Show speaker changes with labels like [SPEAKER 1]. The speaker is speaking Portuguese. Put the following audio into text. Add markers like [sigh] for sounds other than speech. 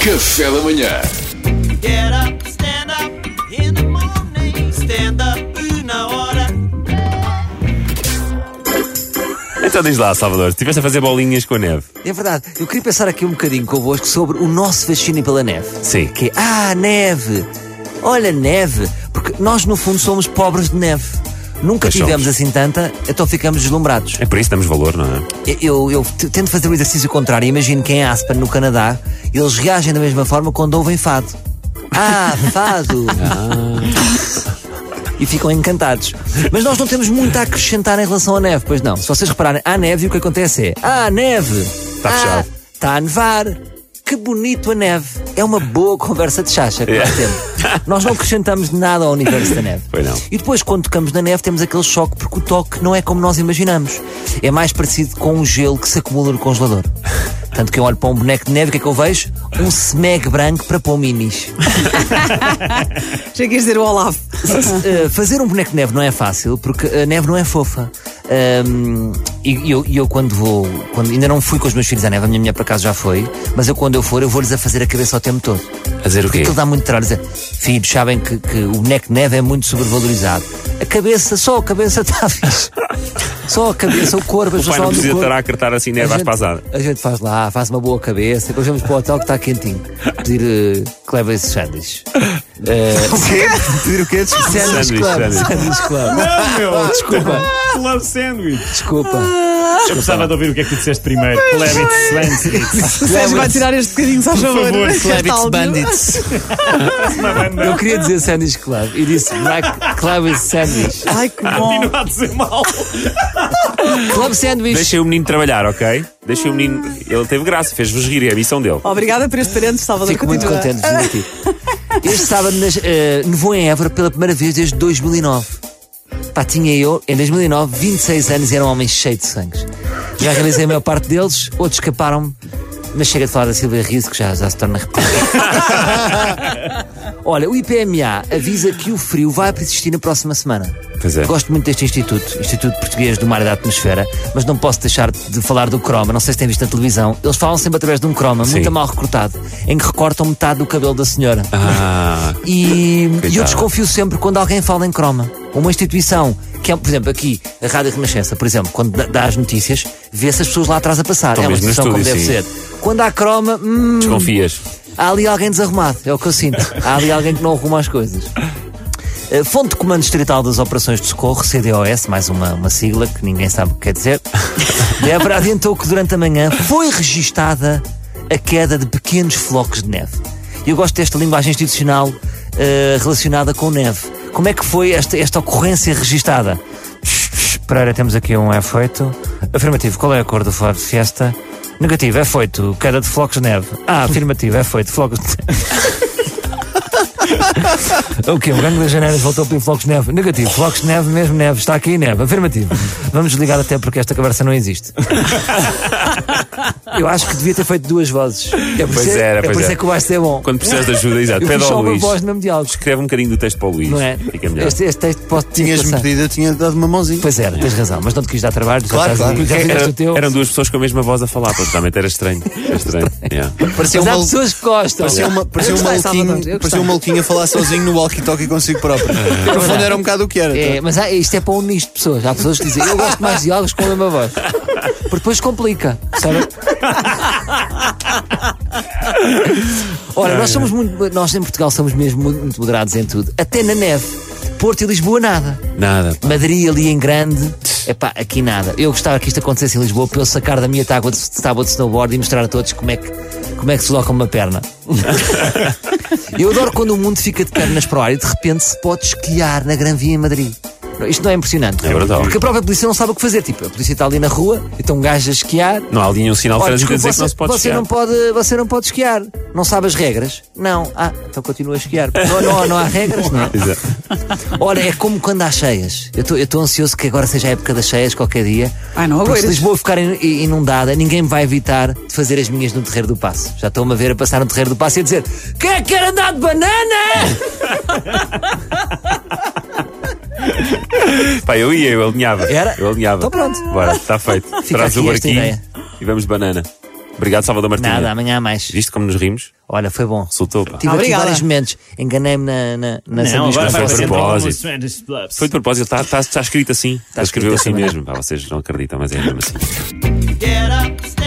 [SPEAKER 1] Café da manhã.
[SPEAKER 2] Get up, stand up in the morning. Stand up, una hora.
[SPEAKER 3] Então diz lá, Salvador, estiveste a fazer bolinhas com a neve.
[SPEAKER 4] É verdade. Eu queria pensar aqui um bocadinho convosco sobre o nosso fascínio pela neve.
[SPEAKER 3] Sim.
[SPEAKER 4] Que é, ah, neve! Olha, neve! Porque nós, no fundo, somos pobres de neve. Nunca
[SPEAKER 3] Pois
[SPEAKER 4] tivemos
[SPEAKER 3] somos.
[SPEAKER 4] assim tanta, então ficamos deslumbrados.
[SPEAKER 3] É por isso que damos valor, não é?
[SPEAKER 4] Eu- Eu, eu t- tento fazer o exercício contrário. Imagino que em Aspen, no Canadá, eles reagem da mesma forma quando ouvem fado.
[SPEAKER 3] [laughs]
[SPEAKER 4] Ah, fado!
[SPEAKER 3] Ah.
[SPEAKER 4] E ficam encantados. Mas nós não temos muito a acrescentar em relação à neve, pois não. Se vocês repararem, há neve e o que acontece é: Ah, neve! Ah,
[SPEAKER 3] Tá fechado.
[SPEAKER 4] Está a nevar! Que bonito a neve! É uma boa conversa de chacha que nós
[SPEAKER 3] É.
[SPEAKER 4] temos. Nós não acrescentamos nada ao universo da neve.
[SPEAKER 3] Pois não.
[SPEAKER 4] E depois, quando tocamos na neve, temos aquele choque porque o toque não é como nós imaginamos. É mais parecido com um gelo que se acumula no congelador. Tanto que eu olho para um boneco de neve, o que é que eu vejo? Um smeg branco para pôr minis.
[SPEAKER 5] Já quis dizer o
[SPEAKER 4] [laughs]
[SPEAKER 5] Olaf.
[SPEAKER 4] Uh, fazer um boneco de neve não é fácil porque a neve não é fofa. Um, e e eu, e eu quando vou, quando, ainda não fui com os meus filhos à neve, a minha mulher para casa já foi, mas eu quando eu for, eu vou-lhes a fazer a cabeça ao tempo todo.
[SPEAKER 3] Fazer o
[SPEAKER 4] Porque
[SPEAKER 3] quê?
[SPEAKER 4] aquilo dá muito trabalho. Dizer, Filhos, sabem que, que o boneco de neve é muito sobrevalorizado. A cabeça, só a cabeça [laughs] está fixe. Só a cabeça, o corpo, a
[SPEAKER 3] O pai não
[SPEAKER 4] expressão do
[SPEAKER 3] precisa
[SPEAKER 4] corpo.
[SPEAKER 3] estar a acertar assim neve às
[SPEAKER 4] gente-
[SPEAKER 3] passadas.
[SPEAKER 4] a gente faz lá, faz uma boa cabeça, depois vamos para o hotel que está quentinho. Pedir eh, que leve Eh,
[SPEAKER 3] [laughs]
[SPEAKER 4] esses sandes.
[SPEAKER 3] O quê? Pedir o quê? [laughs] Sanduíche, sanduíche.
[SPEAKER 4] Sandes Club.
[SPEAKER 6] Ah, meu!
[SPEAKER 4] Desculpa,
[SPEAKER 6] Club Sandwich!
[SPEAKER 4] desculpa.
[SPEAKER 6] Eu precisava de ouvir o que é que tu disseste primeiro. Club It Sandwich.
[SPEAKER 5] O Sérgio vai tirar este bocadinho, se faz
[SPEAKER 6] Por
[SPEAKER 5] favor.
[SPEAKER 6] favor,
[SPEAKER 5] Este áudio.
[SPEAKER 6] Uma banda.
[SPEAKER 4] Eu queria dizer Sandy's Club e disse Black Club is Sandy's.
[SPEAKER 5] Ai, É que
[SPEAKER 7] Ah,
[SPEAKER 5] bom.
[SPEAKER 6] Continua a dizer mal.
[SPEAKER 4] Club Sandwich.
[SPEAKER 3] Deixem o menino trabalhar, ok? Deixem o menino. Ele teve graça, fez-vos rir, é a missão dele.
[SPEAKER 5] Obrigada por este parente, Salvador.
[SPEAKER 4] Fico muito
[SPEAKER 5] Continua.
[SPEAKER 4] contente de vir aqui.
[SPEAKER 5] [laughs]
[SPEAKER 4] Este sábado nas, eh, nevou em Évora pela primeira vez desde 2009. Pá, tinha eu, em 2009, 26 anos e era um homem cheio de sangues. Já realizei a maior parte deles, outros escaparam-me. Mas chega de falar da Silvia Riso, que já, já se
[SPEAKER 3] [laughs]
[SPEAKER 4] torna repetida. Olha, o IPMA avisa que o frio vai persistir na próxima semana.
[SPEAKER 3] Pois é.
[SPEAKER 4] Gosto muito deste Instituto, Instituto Português do Mar e da Atmosfera, mas não posso deixar de falar do croma. Não sei se têm visto na televisão. Eles falam sempre através de um croma, muito mal recortado, em que recortam metade do cabelo da senhora.
[SPEAKER 3] Ah,
[SPEAKER 4] E, e eu
[SPEAKER 3] Coitada.
[SPEAKER 4] desconfio sempre quando alguém fala em croma. Uma instituição que é, por exemplo, aqui, a Rádio Renascença, por exemplo, quando dá- dá as notícias, vê-se as pessoas lá atrás a passar. é uma
[SPEAKER 3] mesmo no
[SPEAKER 4] instituição como deve
[SPEAKER 3] estúdio,
[SPEAKER 4] ser. Quando há croma, hum,
[SPEAKER 3] desconfias.
[SPEAKER 4] Há ali alguém desarrumado, é o que eu sinto.
[SPEAKER 3] [laughs]
[SPEAKER 4] Há ali alguém que não arruma as coisas. Eh, Fonte de Comando Distrital das Operações de Socorro, CDOS, mais uma, uma sigla que ninguém sabe o que quer [laughs] dizer, de Évora adiantou que durante a manhã foi registada a queda de pequenos flocos de neve. E eu gosto desta linguagem institucional eh, relacionada com neve. Como é que foi esta, esta ocorrência registada? Pereira, temos aqui um F8. Afirmativo, qual é a cor do flor de fiesta? Negativo, F8, queda de flocos de neve. Ah, afirmativo, F8, flocos de neve. O quê? O gangue das janeiras voltou para flocos de neve. Negativo, flocos de neve, mesmo neve. Está aqui neve. Afirmativo. Vamos desligar até porque esta conversa não existe. Eu acho que devia ter feito duas vozes. É por
[SPEAKER 3] Pois
[SPEAKER 4] isso-
[SPEAKER 3] era,
[SPEAKER 4] é por
[SPEAKER 3] pois
[SPEAKER 4] isso
[SPEAKER 3] era.
[SPEAKER 4] é que eu acho que é bom.
[SPEAKER 3] Quando precisas de ajuda, exato.
[SPEAKER 4] Eu
[SPEAKER 3] Pede
[SPEAKER 4] fiz só
[SPEAKER 3] ao
[SPEAKER 4] uma
[SPEAKER 3] Luís.
[SPEAKER 4] voz no mesmo diálogo.
[SPEAKER 3] Escreve um bocadinho do texto para o Luís.
[SPEAKER 4] Não é?
[SPEAKER 3] Fica melhor.
[SPEAKER 4] Este, este texto posso
[SPEAKER 7] Tinhas-me
[SPEAKER 4] passar.
[SPEAKER 7] pedido, eu tinha dado uma mãozinha.
[SPEAKER 4] Pois era, tens razão, mas não te quis dar trabalho. já
[SPEAKER 7] Claro,
[SPEAKER 4] estás
[SPEAKER 7] claro.
[SPEAKER 4] aí, Já fizeste o teu.
[SPEAKER 3] Eram duas pessoas com a mesma voz a falar, portanto, realmente era estranho. Era estranho. [laughs] Yeah.
[SPEAKER 7] Parecia um,
[SPEAKER 4] Mas há
[SPEAKER 7] mal...
[SPEAKER 4] pessoas que gostam.
[SPEAKER 7] parecia uma- parecia
[SPEAKER 5] Eu
[SPEAKER 7] um
[SPEAKER 5] gostei, Salvador,
[SPEAKER 7] maluquinho,
[SPEAKER 5] eu
[SPEAKER 7] parecia um
[SPEAKER 5] gostei.
[SPEAKER 7] maluquinho a falar sozinho no walkie-talkie consigo próprio. No fundo era um bocado o que era.
[SPEAKER 4] É, mas há, isto é para unir de pessoas. Há pessoas que dizem, eu gosto mais de diálogos com a mesma voz. Porque depois complica, sabe? Ora, nós somos muito. Nós em Portugal somos mesmo muito, muito moderados em tudo. Até na neve. Porto e Lisboa, nada.
[SPEAKER 3] Nada.
[SPEAKER 4] Madrid ali em grande. Epá, aqui nada. Eu gostava que isto acontecesse em Lisboa para eu sacar da minha tábua de, tábua de snowboard e mostrar a todos como é que, como é que se loca uma perna. eu adoro quando o mundo fica de pernas para o ar e de repente se pode esquiar na Gran Via em Madrid. Não, Isto não é impressionante.
[SPEAKER 3] É brutal.
[SPEAKER 4] Porque a própria polícia não sabe o que fazer. Tipo, a polícia está ali na rua, então um gajo a esquiar.
[SPEAKER 3] Não há ali nenhum sinal de
[SPEAKER 4] Olha,
[SPEAKER 3] trânsito a dizer
[SPEAKER 4] desculpa,
[SPEAKER 3] que
[SPEAKER 4] você-
[SPEAKER 3] não se pode
[SPEAKER 4] você
[SPEAKER 3] chegar.
[SPEAKER 4] não pode Você não pode esquiar. Não sabe as regras? Não. Ah, então continua a esquiar. Não, não, não há
[SPEAKER 3] [laughs]
[SPEAKER 4] regras, não é?
[SPEAKER 3] Exato.
[SPEAKER 4] Olha, é como quando há cheias. Eu estou- Eu estou ansioso que agora seja a época das cheias, qualquer dia.
[SPEAKER 5] Ai, não
[SPEAKER 4] Porque se
[SPEAKER 5] agueiras.
[SPEAKER 4] Lisboa ficar in- i- inundada, ninguém me vai evitar de fazer as minhas no Terreiro do Passo. Já estou-me a ver a passar no Terreiro do Passo e a dizer: Quem é que quer andar de banana?
[SPEAKER 3] Pá, eu ia, eu alinhava.
[SPEAKER 4] Era?
[SPEAKER 3] Eu alinhava.
[SPEAKER 4] Então pronto.
[SPEAKER 3] Bora, está feito.
[SPEAKER 4] [laughs] Fica
[SPEAKER 3] Traz o
[SPEAKER 4] aqui esta
[SPEAKER 3] barquinho
[SPEAKER 4] ideia.
[SPEAKER 3] e vamos de banana. Obrigado, Salvador Martinha.
[SPEAKER 4] [laughs] Nada, Tipo, amanhã há mais.
[SPEAKER 3] Viste como nos rimos?
[SPEAKER 4] Olha, foi bom.
[SPEAKER 3] Soltou, pá.
[SPEAKER 4] Tive aqui
[SPEAKER 5] Obrigada.
[SPEAKER 4] vários momentos. Enganei-me na, na, na
[SPEAKER 6] Não,
[SPEAKER 4] sanduíche
[SPEAKER 6] agora vai
[SPEAKER 4] com
[SPEAKER 3] de
[SPEAKER 4] força.
[SPEAKER 6] fazer
[SPEAKER 3] propósito. Foi
[SPEAKER 6] Foi
[SPEAKER 3] de propósito, está tá, tá escrito assim. Está
[SPEAKER 4] escrito
[SPEAKER 3] escrito assim
[SPEAKER 4] assim, não é?
[SPEAKER 3] mesmo. Pá, vocês não acreditam, mas é mesmo assim.
[SPEAKER 2] Get up, stand